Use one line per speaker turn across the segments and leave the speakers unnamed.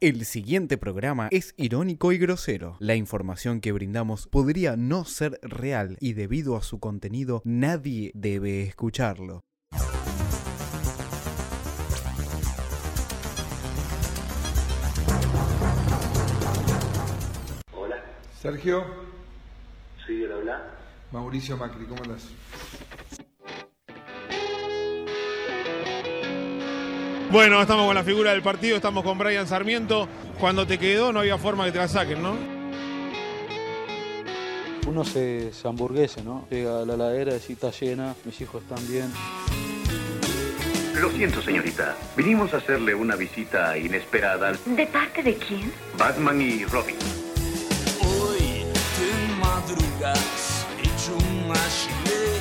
El siguiente programa es irónico y grosero. La información que brindamos podría no ser real y debido a su contenido nadie debe escucharlo.
Hola,
Sergio,
sí, él habla.
Mauricio Macri, ¿cómo andás?
Bueno, estamos con la figura del partido, estamos con Brian Sarmiento. Cuando te quedó no había forma que te la saquen, ¿no?
Uno se, se hamburguesa, ¿no? Llega a la ladera, decís, está llena, mis hijos están bien.
Lo siento, señorita. Vinimos a hacerle una visita inesperada al
¿De parte de quién?
Batman y Robin.
Hoy te madrugas hecho un chile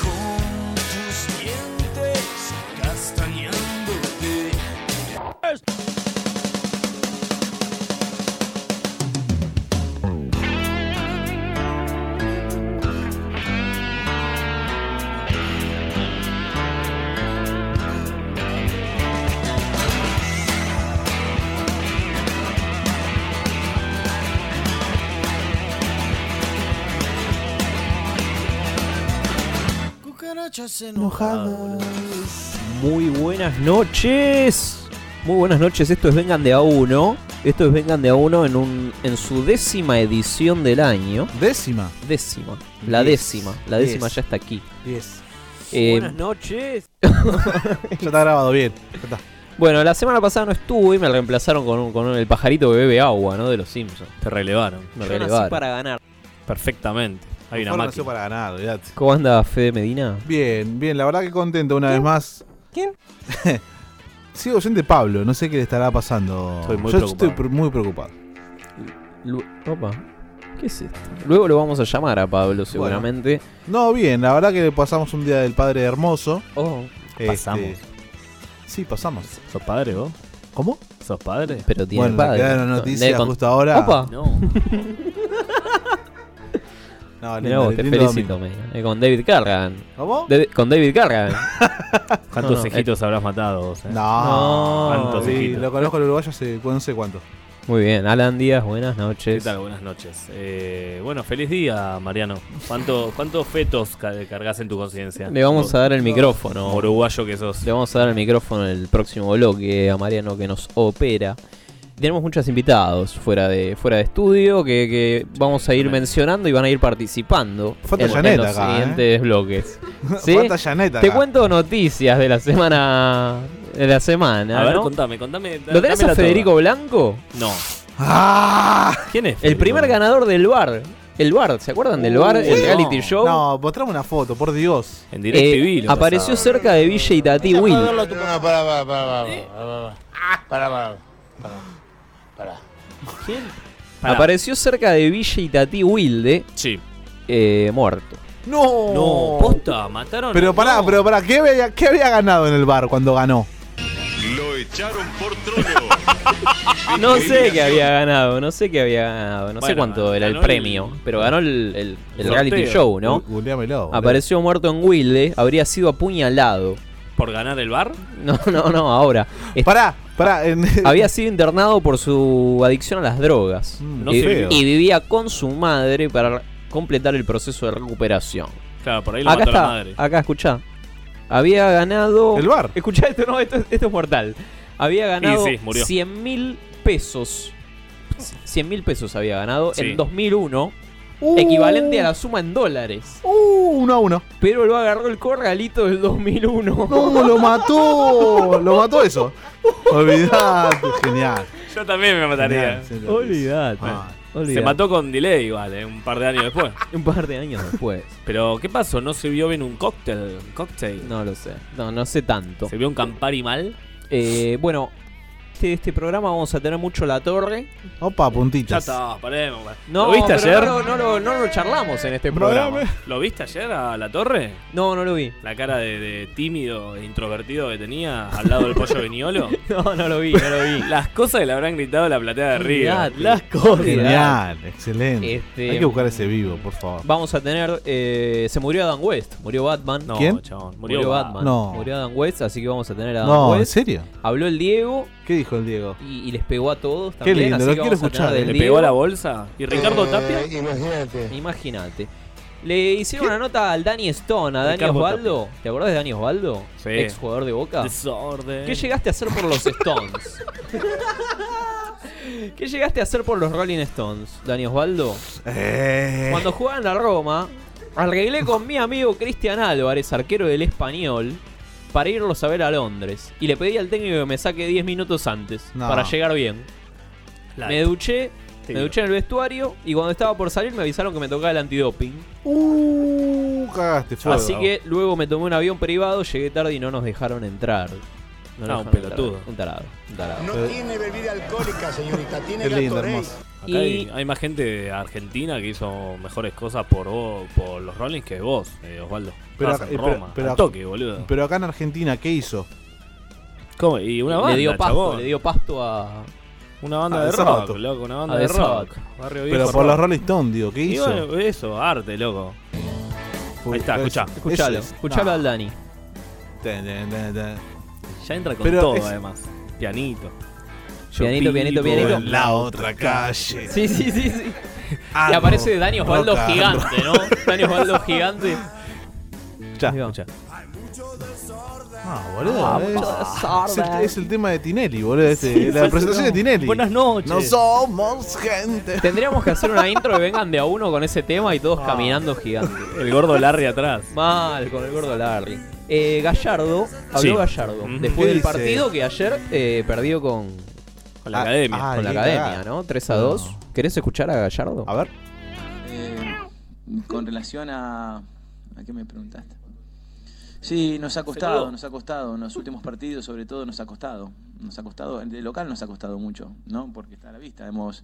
con tus dientes castañándote.
Cucarachas
Muy buenas noches. Muy buenas noches. Esto es Vengan de a uno. Esto es Vengan de a uno en un en su décima edición del año.
Décima.
Décima. La
Diez.
décima. La décima
Diez.
ya está aquí.
10.
Eh,
noches.
Ya está grabado bien.
bueno, la semana pasada no estuve y me reemplazaron con, un- con un- el pajarito que bebe agua, ¿no? De los Simpsons.
Te relevaron.
Me
Yo
relevaron.
nací para ganar.
Perfectamente. Hay una
Conforme
máquina.
nació
Para ganar, olvidate.
¿Cómo anda Fede Medina?
Bien, bien, la verdad que contento una vez más.
¿Quién?
Sigo oyente Pablo, no sé qué le estará pasando.
Estoy muy
Yo
preocupado.
estoy pr- muy preocupado.
Lu- Opa. ¿Qué es esto? Luego lo vamos a llamar a Pablo seguramente.
No, bien, la verdad que pasamos un día del padre hermoso.
Oh,
Este,
Pasamos.
Sí, pasamos.
¿Sos padre vos?
¿Cómo?
¿Sos padre?
pero tiene
Bueno,
padre.
le quedaron
No,
noticias
debe con-
justo ahora.
Opa.
No.
No,
Mirá vos, te
Ah, lindo
felicito,
domingo.
Medina. Eh, con David Cargan.
¿Cómo?
De- con David Cargan.
¿Cuántos
No, no,
cejitos habrás matado vos? eh?
No,
¿Cuántos
sí,
hijitos?
lo conozco al uruguayo hace no sé cuánto.
Muy bien, Alan Díaz, buenas
¿Qué
noches.
tal? Buenas noches. Eh, bueno, feliz día, Mariano. ¿Cuánto- ¿Cuántos fetos ca- cargas en tu conciencia?
Le vamos a dar el micrófono.
Como uruguayo que sos.
Le vamos a dar el micrófono en el próximo bloque a Mariano que nos opera. Tenemos muchos invitados fuera de, fuera de estudio que, que vamos a ir mencionando y van a ir participando
Falta
en, en
Janet
los
acá, ¿eh?
siguientes bloques. ¿Sí?
Falta Janet
Te
acá.
cuento noticias de la semana. De la semana.
a ver,
¿no?
contame, contame. da-
¿Lo tenés a
dámela
Federico Blanco?
toda. No.
¡Ah!
¿Quién es?
El
Federico?
primer ganador del bar. El bar, ¿se acuerdan del bar?
Uh,
El reality
no,
show.
No, mostrame una foto, por Dios.
En
Eh,
DirecTV. lo
apareció
pasaba.
cerca de Villa Itatí Will.
para, para, para,
¿Eh?
para, para, para, para, para.
Pará.
Apareció cerca de Villa Itatí Wilde,
Sí.
eh, muerto.
No.
No, posta, mataron.
Pero pará,
no.
pero pará, ¿qué había, ¿qué había ganado en el bar cuando ganó?
No sé qué había ganado, no sé qué había ganado, no sé
Ah, Bueno,
cuánto era el
ganó el-
premio, pero ganó el, el- el
Sorteo. Uh,
reality show, ¿no?
Gu- googleamelo, boludo.
Apareció muerto en Wilde, habría sido apuñalado.
¿Por ganar el bar?
No, no, no, ahora. Est-
Pará, pará. en-
Había sido internado por su adicción a las drogas.
Mm,
No
y,
sé.
y vivía con su madre para completar el proceso de recuperación.
Claro, por ahí lo
Acá
mató la
está,
madre.
acá escuchá. Había ganado.
El bar.
Escuchá esto, no, esto, esto es mortal. Había ganado
sí, murió.
100 mil pesos. 100 mil pesos había ganado
Sí.
en 2001,
Uh,
equivalente a la suma en dólares.
Uh, uno a uno.
Pero lo agarró el corralito del 2001.
No, lo mató. Lo mató eso. Olvidate, genial.
Yo también me mataría.
Genial, sí, lo-
Olvidate.
Ah,
Se mató con delay, vale, un par de años después.
un par de años después.
Pero, ¿qué pasó? ¿No se vio bien un cóctel? ¿Un cóctel?
No lo sé. No, no sé tanto.
¿Se vio un Campari mal?
Eh, bueno, este, este programa vamos a tener mucho la torre.
Opa,
Ya
puntitas.
está, paremos.
No,
¿Lo viste
pero
ayer?
No, lo- no lo, no lo charlamos en este programa.
¿Lo viste ayer a la torre?
No, no lo vi.
La cara de, de tímido e introvertido que tenía al lado del pollo viñolo.
No, no lo vi, no lo vi.
Las cosas que le habrán gritado a la platea de arriba.
Olvidate.
Las cosas.
Genial, excelente.
Este,
Hay que buscar ese vivo, por favor.
Vamos a tener. eh, se murió Adam West, murió Batman.
No,
¿Quién?
chabón,
murió, Batman.
No.
Murió Adam West, así que vamos a tener a Adam
No, ¿en
West.
serio?
Habló el Diego.
¿Qué dijo el Diego.
Y, y les pegó a todos
Qué
también.
lindo,
así
lo
que
quiero
vamos a
escuchar. ¿eh?
tener del
¿Le
¿Le pegó
Diego.
a la bolsa? ¿Y Ricardo
Eh,
Tapia?
Imagínate.
Imagínate. Le hicieron una nota al Dani Stone, a Dani
Ricardo
Osvaldo. ¿Te acordás de Dani Osvaldo?
Sí.
Ex jugador de Boca.
Desorden.
¿Qué llegaste a hacer por los Stones? ¿Qué llegaste a hacer por los Rolling Stones, Dani Osvaldo?
Eh.
Cuando jugaban a Roma, arreglé con mi amigo Cristian Álvarez, arquero del español, para irlos a ver a Londres. Y le pedí al técnico que me saque 10 minutos antes,
No.
para llegar bien.
La-
Me duché,
Te
me
digo.
duché en el vestuario y cuando estaba por salir me avisaron que me tocaba el antidoping.
Uh, cagaste, fuego.
Así que luego me tomé un avión privado, llegué tarde y no nos dejaron entrar. No nos
Ah, un
dejaron entrar.
pelotudo.
Un tarado, un tarado.
No tiene bebida alcohólica, señorita. Tiene
Eh, Qué lindo,
Gatorade.
hermoso.
Acá
Y-
hay, hay más gente de Argentina que hizo mejores cosas por vos, por los Rollins que vos, eh, Osvaldo.
Pero
Estás
acá-
en
eh, pero-
Roma,
pero
al
acá-
toque, boludo.
Pero acá en Argentina, ¿qué hizo?
¿Cómo? Y una banda,
le dio pasto,
chabón.
le dio pasto a.
Una banda
Ah,
de
de
rock,
Sabato.
loco, una
Ah,
banda
de
de rock.
rock.
Barrio
Pero
Viejo
por
rock.
los Rolling Stones, digo, ¿qué
Y
hizo?
bueno, eso, arte, loco. Ahí está, escuchá. Ah.
Escuchalo,
Eso es-
escuchalo
no.
al Dani.
Ten, ten, ten, ten.
Ya entra con
Pero
todo,
es-
además. Pianito.
Pianito, pianito, pianito.
En la otra calle.
Sí, sí, sí, sí.
Ah,
Y
no.
aparece Dani Osvaldo
Rock and
gigante, ¿no? Dani Osvaldo gigante.
Ya.
Ahí va.
No, boludo.
Ah,
es-
mucho
es,
desorden.
el, es el tema de Tinelli, boludo. este, la presentación de Tinelli.
Buenas noches.
no somos gente.
Tendríamos que hacer una intro que vengan de a uno con ese tema y todos caminando gigante.
Ah. El gordo Larry atrás.
Mal, con el gordo Larry. Eh, Gallardo, habló
Sí.
Gallardo.
Mm.
Después
¿Qué
del
dice?
partido que ayer eh, perdió con,
Con la
Ah,
academia.
ah.
con la
qué
academia,
cagada.
¿no? 3 a 2. ¿Querés escuchar a Gallardo?
A ver.
con relación a... ¿A qué me preguntaste? Sí, nos ha costado, nos ha costado. En los últimos partidos, sobre todo, nos ha costado. Nos ha costado, el local nos ha costado mucho, ¿no? Porque está a la vista. Hemos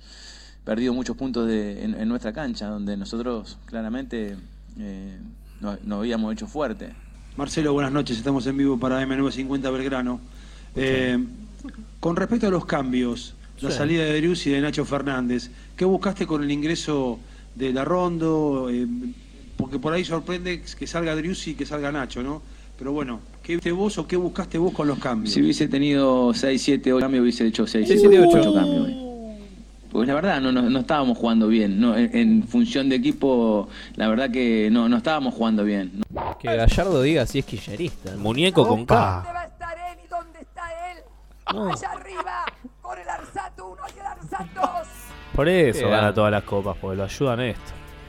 perdido muchos puntos de- en, en nuestra cancha, donde nosotros claramente eh, no- nos habíamos hecho fuerte.
Marcelo, buenas noches. Estamos en vivo para M950 Belgrano. Eh, Con respecto a los cambios, la salida de Drius y de Nacho Fernández, ¿qué buscaste con el ingreso de la Rondo? Eh, porque por ahí sorprende que salga Drius y que salga Nacho, ¿no? Pero bueno, ¿qué viste vos o qué buscaste vos con los cambios?
Si hubiese tenido 6, 7, 8 cambios, hubiese hecho 6, 7, 8 cambios. hoy. Pues la verdad, no, no, no estábamos jugando bien. No, en, en función de equipo, la verdad que no, no estábamos jugando bien.
Que Gallardo diga si es kirchnerista. ¿no?
Muñeco con K.
Opa.
va a estar él y dónde está él? Allá arriba, con el Arsato 1 y el Arsato 2.
Por eso
Qué
gana
grande.
todas las copas, porque lo ayudan esto.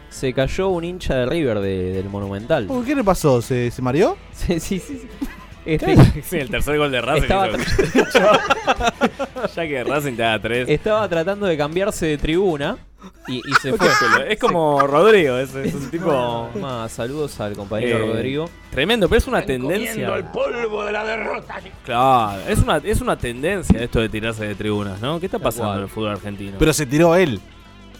Se cayó un hincha de River de- del Monumental.
Uh, ¿Qué le pasó? ¿Se, se mareó?
Sí, sí, sí. sí. Este,
Sí, el tercer gol de Racing.
Estaba
ya que Racing te da tres.
estaba tratando de cambiarse de tribuna y, y se fue.
Es como Rodrigo, es, es un tipo.
Más saludos al compañero
Eh,
Rodrigo.
Tremendo, pero es una tendencia. el polvo de la derrota. Claro, es una, es una tendencia esto de tirarse de tribunas, ¿no? ¿Qué está
Tal
pasando
cual.
en el fútbol argentino?
Pero se tiró él.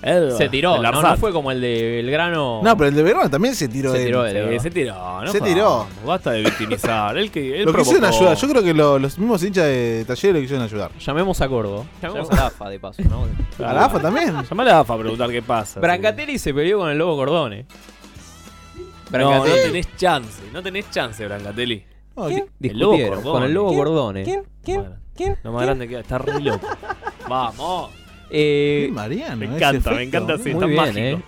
Él,
Se tiró,
el
¿no?
Arsat.
No fue como el de Belgrano.
No, pero el de Verona también se tiró
Se
él.
tiró él.
Eh, se tiró, ¿no?
Se
jodamos,
tiró.
Basta de victimizar. Él que, él
Lo quisieron
provocó.
ayudar. Yo creo que lo- los mismos hinchas de Talleres lo quisieron ayudar.
Llamemos a Corvo. Llamemos a Rafa, de paso, ¿no?
Claro.
¿A la AFA también?
Llamá a la AFA a preguntar qué pasa.
Brancatelli se peleó con el Lobo Cordone.
No, no
Brancatelli.
tenés chance. No tenés chance, Brancatelli.
No, ¿qué-
El Lobo
Discutieron
Cordone.
con el Lobo
¿Quién?
Gordone.
¿Quién? Lo más grande que está re loco. Vamos.
Eh,
qué Mariano,
me
ese
encanta, me
efecto.
encanta así.
muy
tan
bien,
mágico.
¿eh?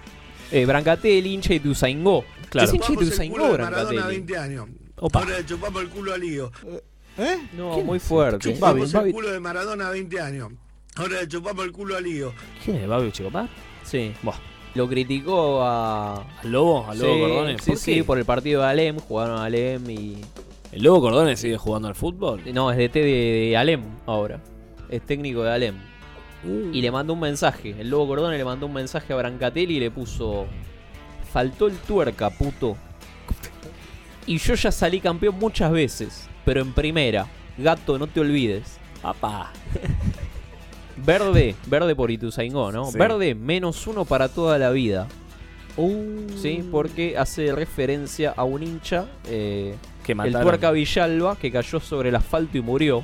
eh Brancatelli, hincha y Tuzaingó.
Claro.
Es hincha y Tuzaingó,
Maradona,
Brancatelli.
20 años.
Opa.
Ahora le chupamos el culo al lío.
¿Eh?
No, muy fuerte.
Chupamos
Babi-
el culo de Maradona, 20 años. Ahora le chupamos el culo al lío.
¿Quién es Babio Chicopar?
Sí.
Buah.
Lo criticó a,
¿Al Lobo? ¿Al Lobo
sí,
Cordones?
Sí,
¿Por
sí,
qué?
por el partido de Alem, jugaron a Alem y.
¿El Lobo Cordones sigue jugando al fútbol?
No, es DT de, de Alem ahora. Es técnico de Alem.
Uh.
Y le mandó un mensaje. El Lobo Cordone le mandó un mensaje a Brancatelli y le puso. Faltó el tuerca, puto. Y yo ya salí campeón muchas veces, pero en primera. Gato, no te olvides.
Papá.
Verde, verde por Ituzaingó, ¿no?
Sí.
Verde, menos uno para toda la vida.
Uh.
Sí, porque hace referencia a un hincha, eh,
Que
el
mataron.
tuerca Villalba, que cayó sobre el asfalto y murió.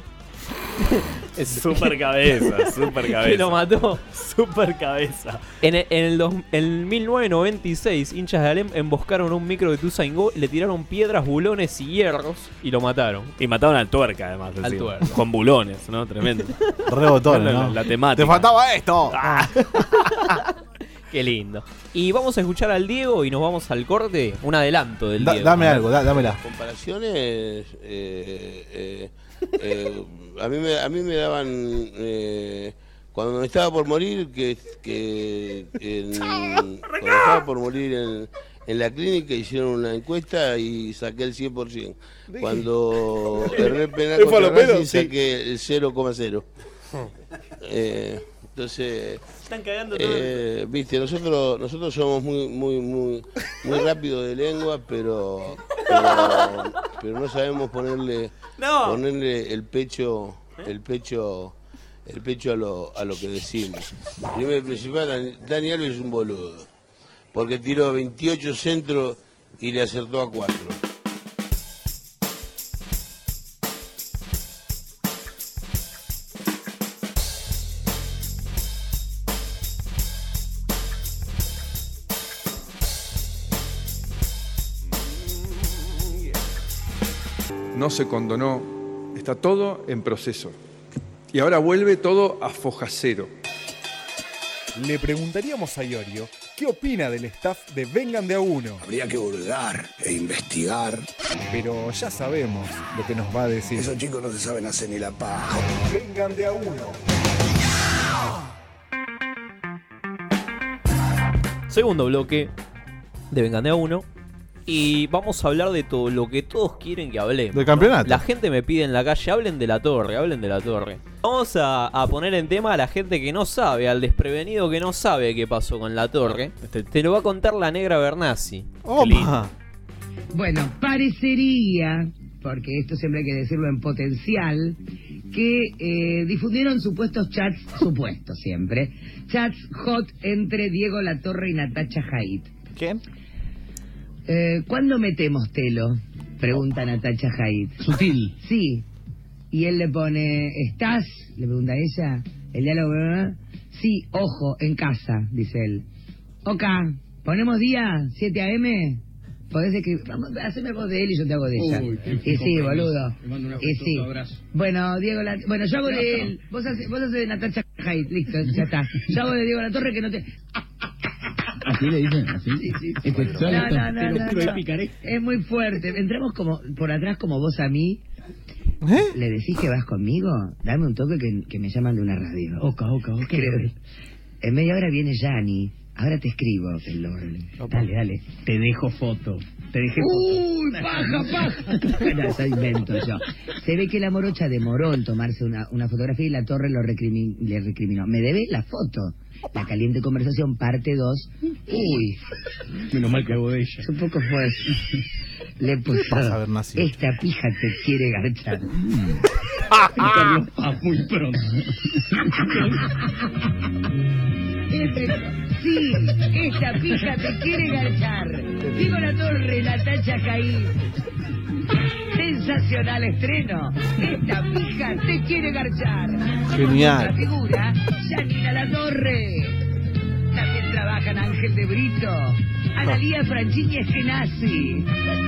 Es-
Super cabeza, super
Que
cabeza.
lo mató.
Super cabeza.
En, el- en el dos- en 1996, hinchas de Alem emboscaron un micro de Tusaingó, le tiraron piedras, bulones y hierros y lo mataron.
Y mataron al tuerca, además.
Al
encima.
tuerca.
Con bulones, ¿no? Tremendo.
Rebotón,
La- la-
¿no?
la temática. Ah.
¡Te faltaba esto!
Qué lindo. Y vamos a escuchar al Diego y nos vamos al corte. Un adelanto del
Da-
Diego.
dame algo, da- dámela.
Comparaciones. eh, eh, eh, a, mí me, a mí me daban. eh, cuando estaba por morir, que. que en- cuando estaba por morir en, en la clínica, hicieron una encuesta y saqué el 100%. Cuando erré el penal
¿Es
contra
falopero?
Racing,
Sí.
saqué el 0,0. Eh, entonces.
Están cagando
Eh, viste, nosotros, nosotros somos muy, muy, muy, muy rápido de lengua, pero, pero, pero no sabemos ponerle,
No.
ponerle el pecho, el pecho, el pecho a lo, a lo que decimos. Primero y principal, Dan- Dani Alves es un boludo, porque tiró 28 centros y le acertó a 4.
no se condonó, está todo en proceso. Y ahora vuelve todo a Fojacero.
Le preguntaríamos a Iorio qué opina del staff de Vengan de a uno.
Habría que burlar e investigar.
Pero ya sabemos lo que nos va a decir.
Esos chicos no se saben hacer ni la paja.
Vengan de a uno.
Segundo bloque de Vengan de a uno. Y vamos a hablar de todo lo que todos quieren que hablemos.
Del campeonato.
La gente me pide en la calle, hablen de la torre, hablen de la torre. Vamos a, a poner en tema a la gente que no sabe, al desprevenido que no sabe qué pasó con la torre. Te, te lo va a contar la negra Bernasi.
Este Opa.
Bueno, parecería, porque esto siempre hay que decirlo en potencial, que eh, difundieron supuestos chats, supuestos siempre, chats hot entre Diego Latorre y Natacha Haidt. ¿Qué? Eh, ¿Cuándo metemos telo? Pregunta Natacha Haidt. Sutil. Sí. Y él le pone, ¿estás? Le pregunta a ella. El diálogo, ¿eh? Sí, ojo, en casa, dice él. Ok, ponemos día, 7 a.m. Podés escribir, vamos, haceme vos de él y yo te hago de ella.
Uy, qué
y sí,
compromiso.
boludo.
Le mando un
y sí.
afectuoso abrazo.
Bueno, Diego la... Bueno, yo hago de
Abrazo.
él. Vos haces vos haces de Natacha Haidt, listo, ya está. Yo hago de Diego La Torre que no te...
¿Así le dicen? ¿Así? ¿Es textual
No,
esto?
no, no,
Te lo
no,
juro,
no.
es picaresco.
Es muy fuerte. Entramos como por atrás como vos a mí. ¿Le decís que vas conmigo? Dame un toque que, que me llaman de una radio. Oca, oca, oca. En media hora viene Yanni. Ahora te escribo, el Lord. Dale, dale. ¡Uh! Te dejo foto. Te dejé
Uy, paja, paja.
no, eso invento yo. Se ve que la morocha demoró en tomarse una, una fotografía y la torre lo recrimi- le recriminó. Me debe la foto. La caliente conversación, parte 2. Uy. Menos mal que hago de ella. Un poco fue. Le puse.
Vas a ver, nacido.
Esta pija te quiere garchar.
Carlos
Ah,
Paz, muy pronto.
Sí, esta pija te quiere garchar. Digo la torre, la tacha caí. Sensacional estreno. Esta pija te quiere garchar.
Genial.
La figura, Yanina La Torre. También trabajan Ángel de Brito, Analía Franchini Eskenazi.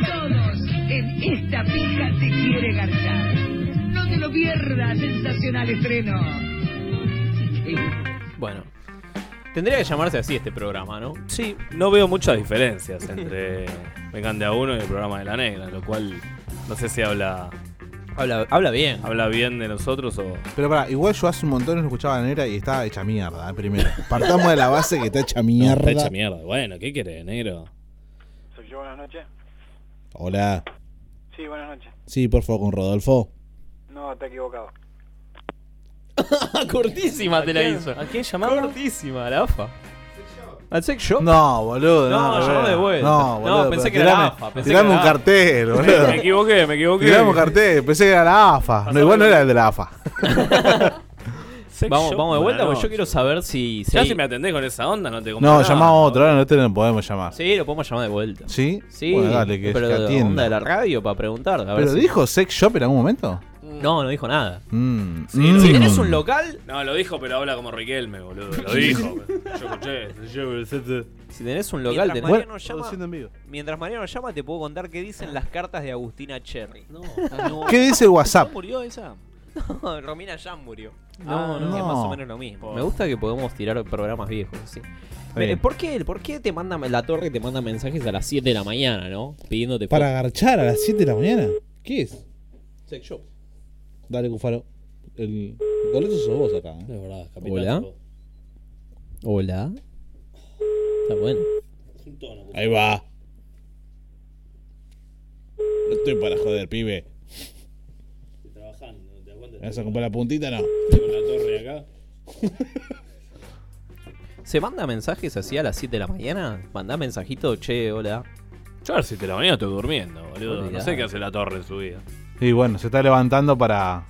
Todos en esta pija te quiere garchar. No te lo pierdas, sensacional estreno.
Bueno. Tendría que llamarse así este programa, ¿no?
Sí, no veo muchas diferencias entre Vengan de a uno y el programa de la negra, lo cual no sé si habla.
Habla, habla bien.
Habla bien de nosotros o.
Pero pará, igual yo hace un montón no escuchaba a la negra y estaba hecha mierda, eh, primero. Partamos de la base que está hecha mierda.
Está hecha mierda. Bueno, ¿qué querés, negro?
Soy yo, buenas noches.
Hola.
Sí, buenas noches.
Sí, por favor, con Rodolfo.
No, está equivocado.
Cortísima te la
¿A quién-
hizo. ¿A quién llamaba? Cortísima, la AFA. ¿Al sex shop?
No, boludo.
No,
No,
llamó de vuelta.
No,
No,
boludo,
pensé
pero
que era la
tirame-
AFA, pensé
tirame un
que era la AFA.
cartel, boludo.
Me equivoqué, me equivoqué.
Tirame un cartel, pensé que era la AFA. No, igual no era el de la AFA.
Vamos,
shop
vamos de vuelta
para
porque yo
noche.
quiero saber si.
Ya
si-
si me atendés con esa onda, no te compro
No,
nada.
llamá a otro, ahora no te lo podemos llamar.
Sí, lo podemos llamar de vuelta.
¿Sí?
Sí,
Bueno, dale, que
pero
que
de
atienda.
onda de la radio para preguntar. a ver
¿Pero
si-
dijo sex shop en algún momento?
No, no dijo nada.
lo
si
dijo.
tenés un local,
No, lo dijo, pero habla como Riquelme, boludo. Lo dijo. Yo escuché. Yo escuché.
si tenés un local,
Mientras
tenés-
Mariano
Bueno,
llama-
produciendo en vivo. mientras Mariano llama, te puedo contar qué dicen las cartas de Agustina Cherry.
¿Qué dice el WhatsApp?
Ah, ¿No murió esa? No, Romina ya murió.
No,
Ah, No,
no.
no. Es más o menos lo mismo. Me gusta que podemos tirar programas viejos, sí.
bien.
Eh, ¿Por qué, ¿Por qué te manda la torre te manda mensajes a las 7 de la mañana, no? Pidiéndote
Para
fotos.
agarchar a las 7 de la mañana. ¿Qué es?
Sex shop.
Dale, Cufaro. El boleto sos vos acá. ¿eh?
Hola. Hola. Está bueno.
Ahí va. No estoy para joder, pibe.
Trabajando, ¿te das cuenta?
¿Me vas a comprar la puntita? No.
Con la torre acá.
¿Se manda mensajes así a las 7 de la mañana? ¿Mandá mensajito? Che, hola.
Yo a las 7 de la mañana estoy durmiendo, boludo. No sé qué hace la torre en su vida.
Y bueno, se está levantando para.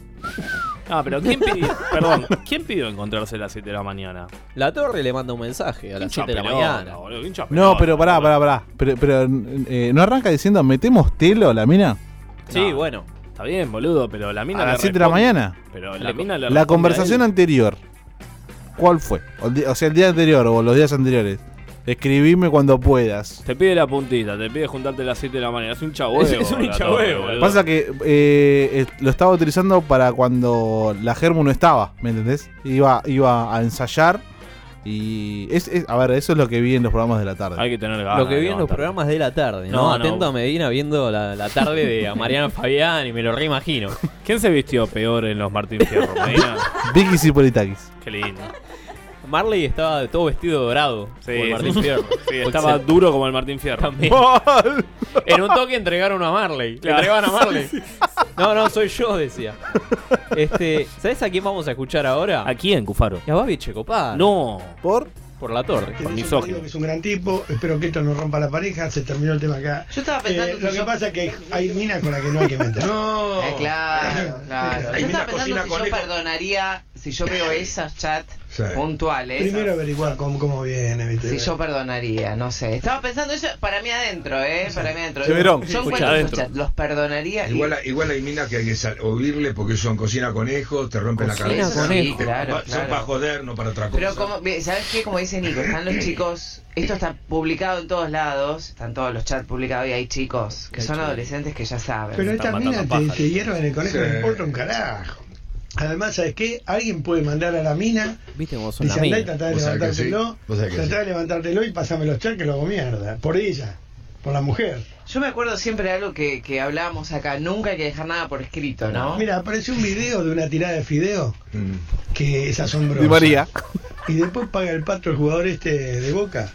Ah, pero ¿quién pidió, perdón, ¿quién pidió encontrarse a las 7 de la mañana?
La torre le manda un mensaje a las 7 de la mañana.
No, pero pará, pará, pará. Pero, pero, eh, ¿no arranca diciendo metemos telo la mina?
Sí, bueno.
Está bien, boludo, pero la mina
¿A
le
las 7 de la
responde-
mañana?
Pero la mina le
La
responde
conversación
a él.
anterior. ¿Cuál fue? O, el di- o sea, el día anterior o los días anteriores. Escribime cuando puedas.
Te pide la puntita, te pide juntarte a las 7 de la mañana. Es un chabuevo.
Es- es un
la torre,
hinchahuevo,
boludo.
Pasa que eh, eh, lo estaba utilizando para cuando la Germu no estaba, ¿me entendés? Iba, iba a ensayar y... Es, es- a ver, eso es lo que vi en los programas de la tarde.
Hay que tener ganas.
Lo que vi en los
levantar.
programas de la tarde, ¿no?
No, no.
Atento a Medina viendo la, la tarde de a Mariano Fabián y me lo reimagino.
¿Quién se vistió peor en los Martín Fierro? Medina?
Vicky Cipolitakis.
Qué lindo.
Marley estaba todo vestido dorado.
Sí,
como el Martín
sí.
Fierro.
Sí, estaba duro como el Martín Fierro.
También. en un toque entregaron a Marley. Le
Claro.
entregaban a Marley.
Sí,
No, no, soy yo, decía. Este, ¿Sabes a quién vamos a escuchar ahora? ¿A
quién, Cufaro?
A Babi Checopar.
No.
¿Por?
Por la torre.
Por misógino. Es un gran tipo, espero que esto no rompa la pareja, se terminó el tema acá.
Yo estaba pensando
Eh,
que
lo que
yo-
pasa es que hay, hay minas con las que no hay que meter.
No. Eh, claro, claro.
Hay
Yo
minas cocina
estaba pensando si yo
conejo.
perdonaría, si yo veo esas chat
Sí.
puntuales.
Primero averiguar cómo, cómo viene, ¿viste?
Si yo perdonaría, no sé. Estaba pensando eso para mí adentro, ¿eh? Para mí adentro.
Sí, Verón. Escucha,
Yo encuentro esos
adentro.
chats, los perdonaría. y-
Igual, igual hay minas que hay que sal- oírle porque son cocina conejos, te rompen la
Cocina
cabeza.
conejo.
te-
Claro,
pa- Son
claro.
para joder, no para otra cosa.
Pero como, ve, ¿sabes qué? Como dice Nico, están los chicos, esto está publicado en todos lados, están todos los chats publicados y hay chicos que
Hay
son
chicos.
adolescentes que ya saben.
Pero estas minas te, te hierven el conejo,
Sí.
no importa un carajo. Además, ¿sabes qué? Alguien puede mandar a la mina,
¿Viste cómo
dice andá y tratá de levantártelo,
Vos sabés que
tratá de levantártelo y pasame los chats que lo hago mierda. Por ella, por la mujer.
Yo me acuerdo siempre de algo que, que hablábamos acá, nunca hay que dejar nada por escrito, ¿no?
Mira, apareció un video de una tirada de fideo
Mm.
que es asombroso.
Di María.
Y después paga el pato el jugador este de Boca,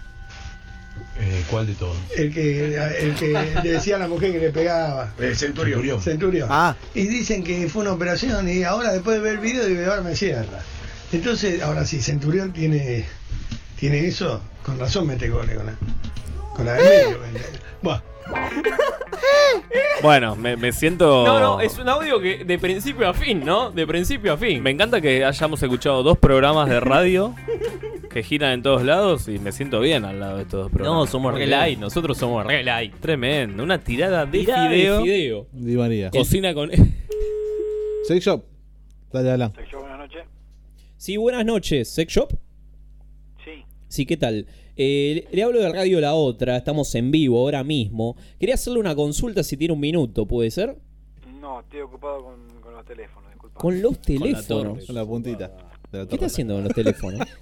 Eh, ¿Cuál de todos?
el que, el que le decía a la mujer que le pegaba.
Eh, Centurión.
Centurión. Y dicen que fue una operación y ahora después de ver el video digo, ahora me cierra. Entonces, ahora sí, Centurión tiene, tiene eso, con razón mete goles con la, con la del medio, ¿me entendés? Buah.
Bueno, me, me siento.
No, no, es un audio que de principio a fin, ¿no? De principio a fin.
Me encanta que hayamos escuchado dos programas de radio que giran en todos lados y me siento bien al lado de estos dos programas.
No, somos re light, nosotros somos re light.
Tremendo, una tirada de
Tirada de
fideo.
fideo.
Di María.
Cocina con.
Sex Shop. Dale, Alan.
buenas noches.
Sí, buenas noches. ¿Sex Shop?
Sí.
Sí, ¿qué tal? Eh, le hablo de Radio La Otra, estamos en vivo ahora mismo. Quería hacerle una consulta si tiene un minuto, ¿puede ser?
No, estoy ocupado con, con los teléfonos, disculpa.
Con los teléfonos.
Con la puntita.
¿Qué está haciendo con los teléfonos?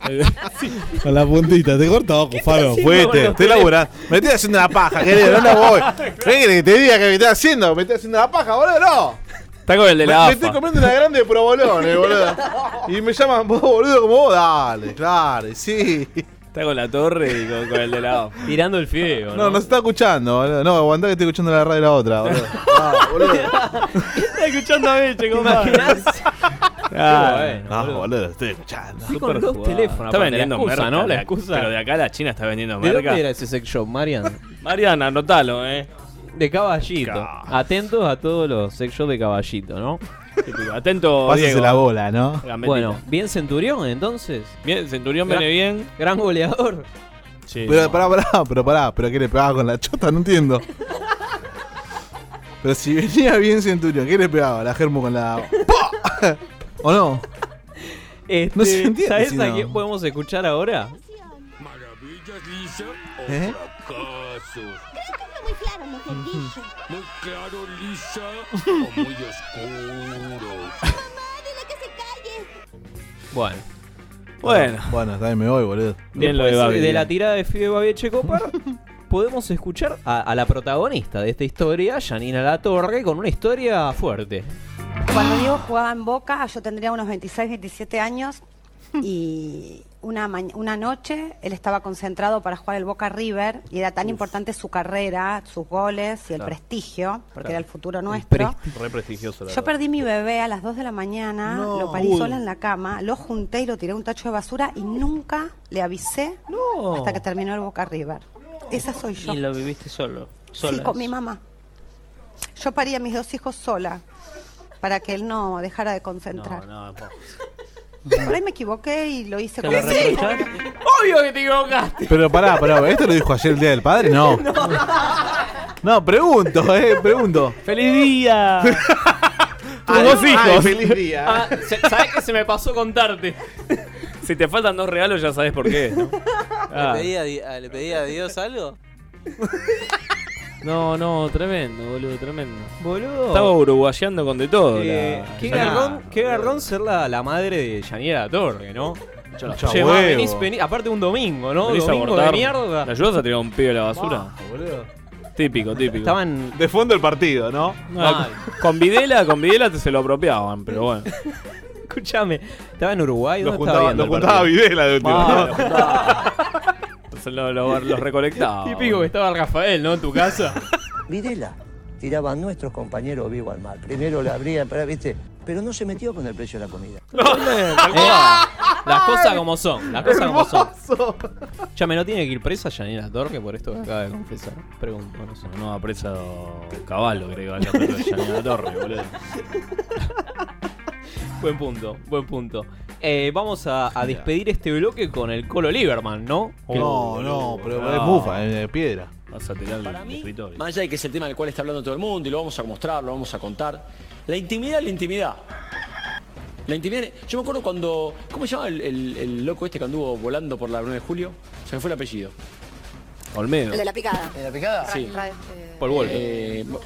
Con la puntita. Te cortó, Cufaro.
haciendo con
Fuete.
los
Estoy laburando. Me estoy haciendo la paja, querido. No la voy. ¿Qué querés que te diga que me estás haciendo? Me estoy haciendo la paja, boludo. No.
Está con el de
Me,
la
me
AFA.
estoy comiendo una grande de probolones, boludo. Y me llaman vos, boludo, como vos. Dale, claro, sí.
Está con la torre y con, con el de la AFA.
Tirando el fideo.
No, no se está escuchando, boludo. No, aguantá que estoy escuchando la radio de la otra, boludo.
Está escuchando a Beche, compadre.
Ah, no, boludo, estoy escuchando.
Sí, con dos teléfonos.
Está vendiendo
excusa,
merca,
¿no? La
la-
excusa.
Pero de acá la China está vendiendo
¿De dónde
merca.
era ese sex shop, Marian?
Mariana, anotalo, eh.
De caballito. Atentos a todos los sex shops de caballito, ¿no?
Atento,
Pásese
Diego.
la bola, ¿no?
Gambetita.
Bueno, bien Centurión entonces.
Bien, Centurión
Gran-
viene bien.
Gran goleador.
Pero pará, pará, pero pará, pero ¿qué le pegaba con la chota? No entiendo. Pero si venía bien Centurión, ¿qué le pegaba? La germo con la ¿O no?
Este,
No se entiende
¿Sabes
si
a
no.
quién podemos escuchar ahora?
¿Eh?
Muy claro lo que dije.
Muy claro, lisa o muy oscuro.
Bueno.
Bueno. Bueno, está bien, me voy, boludo.
Después de la tirada de Fide Babieche Copar, podemos escuchar a, a la protagonista de esta historia, Janina La Torre, con una historia fuerte.
Cuando Diego jugaba en Boca, yo tendría unos 26, 27 años y una, ma- una noche él estaba concentrado para jugar el Boca River y era tan importante su carrera, sus goles y el
Claro.
prestigio, porque
Claro.
era el futuro nuestro.
Re prestigioso, la
Yo
verdad.
perdí mi bebé a las 2 de la mañana,
No.
lo parí
Uy.
sola en la cama, lo junté y lo tiré a un tacho de basura y nunca le avisé hasta que terminó el Boca River. Esa soy yo.
Y lo viviste solo.
Sí, con mi mamá. Yo parí a mis dos hijos sola para que él no dejara de concentrar.
No, no,
Por ahí me equivoqué y lo hice
¿Te
con
lo reprochás? ¡Obvio que te equivocaste!
Pero pará, pará, ¿esto lo dijo ayer el día del padre? No. No, pregunto, eh, pregunto.
¡Feliz día!
Tuvo dos hijos.
Ah, se- ¿Sabes qué se me pasó contarte?
Si te faltan dos regalos, ya sabes por qué. ¿no? Ah.
¿Le, pedí a di- a, ¿Le pedí a Dios algo?
No, no, tremendo, boludo, tremendo.
Boludo.
Estaba uruguayeando con de todo.
Eh,
la-
qué,
la-
garrón, qué garrón ser la, la madre de Yanira La Torre, ¿no? Yo
Mucho
Che, va,
huevo.
venís, venís- aparte un domingo, ¿no?
Venís a
domingo de
abortar.
mierda.
¿Me ayudas a tirar un pibe a la basura? Típico, típico.
Estaban.
De fondo el partido, ¿no?
Mal.
Con Videla, con Videla te se lo apropiaban, pero bueno.
Escúchame, estaba en Uruguay,
Lo
¿dónde
juntaba-
estaba viendo
lo
el
juntaba
partido?
Videla de última,
Ah,
¿no?
lo juntaba.
Entonces lo- lo- los recolectaba.
Típico que estaba Rafael, ¿no? En tu casa.
Videla tiraba a nuestros compañeros vivo al mar. Primero la abría, para, ¿viste? pero no se metió con el precio de la comida.
Eh,
Las cosas como son, las cosas como son. Ya me no tiene que ir presa Yanira Torque por esto que acaba de confesar. Pregunto, no sé.
No, ha preso caballo, creo que vaya a perder Yanina La Torre, boludo.
Buen punto, buen punto. Eh, vamos a, a despedir este bloque con el Colo Lieberman, ¿no? Ah,
No, Oh,
Oh,
no, pero es mufa, es de piedra.
Vas a tirar el escritorio.
Más allá de que es el tema del cual está hablando todo el mundo y lo vamos a mostrar, lo vamos a contar. La intimidad es la intimidad. La intimidad. es- Yo me acuerdo cuando. ¿Cómo se llama el, el- el loco este que anduvo volando por la 9 de julio? Se me fue el apellido.
Olmedo.
la picada. ¿De la picada? Sí.
este,
Paul Walker.
Eh, bo-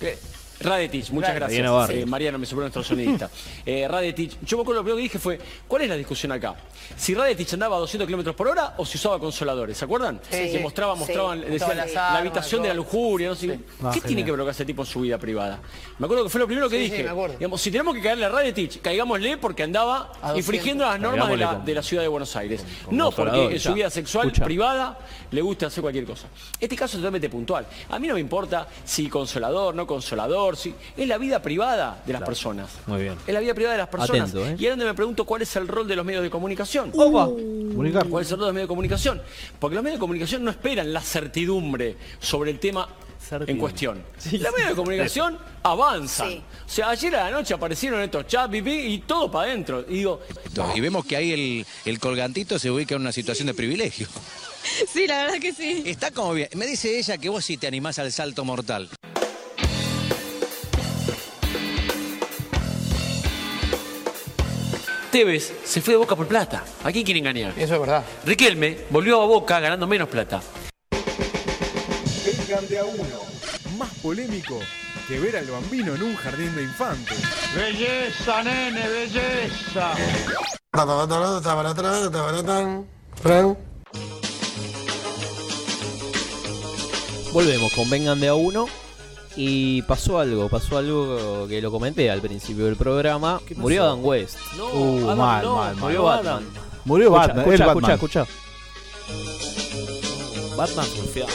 eh, Radetich, muchas
Radetich.
gracias.
Mariano Barrio.
Eh, Mariano me sobró nuestro sonidista. Eh, Radetich, yo me acuerdo lo primero que dije fue, ¿cuál es la discusión acá? Si Radetich andaba a 200 kilómetros por hora o si usaba consoladores, ¿se acuerdan?
Sí.
Que mostraba, mostraban,
Sí.
decían, eh,
Mostraban las
la
armas,
habitación de la
todo".
lujuria, no sé. ¿Qué
Ah, genial.
tiene que ver lo que hace el tipo en su vida privada? Me acuerdo que fue lo primero que
Sí, sí,
dije.
me acuerdo.
Digamos, si tenemos que caerle a Radetich, caigámosle porque andaba
A 200.
infringiendo las normas de la,
Caigámosle con-
de la ciudad de Buenos Aires.
con
no
consoladores,
porque en su
ya.
vida sexual
Escucha.
privada le gusta hacer cualquier cosa. Este caso es totalmente puntual. A mí no me importa si consolador, no consolador, si es la vida privada de las personas.
eh.
Muy bien.
Es la vida privada de las personas.
Atento, ¿eh?
Y ahí es donde me pregunto cuál es el rol de los medios de comunicación. Uh. ¿Cuál es el rol de los medios de comunicación? Porque los medios de comunicación no esperan la certidumbre sobre el tema en cuestión. los medios de comunicación avanzan. O sea, ayer a la noche aparecieron estos chats pi, pi, y todo para adentro. Y digo,
Y vemos que ahí el, el colgantito se ubica en una situación de privilegio.
Sí, la verdad que sí.
Está como bien. Me dice ella que vos sí te animás al salto mortal.
Tevez se fue de Boca por plata. ¿A quién quiere engañar? Eso es verdad. Riquelme volvió a Boca ganando menos plata.
Vengan de a uno.
Más polémico que ver al bambino en un jardín de infantes.
Belleza, nene, belleza.
Volvemos con Vengan de a uno. Y pasó algo, pasó algo que lo comenté al principio del programa. Murió Adam West.
No,
Uh, Adam, mal, no, mal, mal.
Murió Batman.
Murió
Escucha,
Batman,
Escucha,
el
escucha,
Batman.
escucha.
Batman surfeado.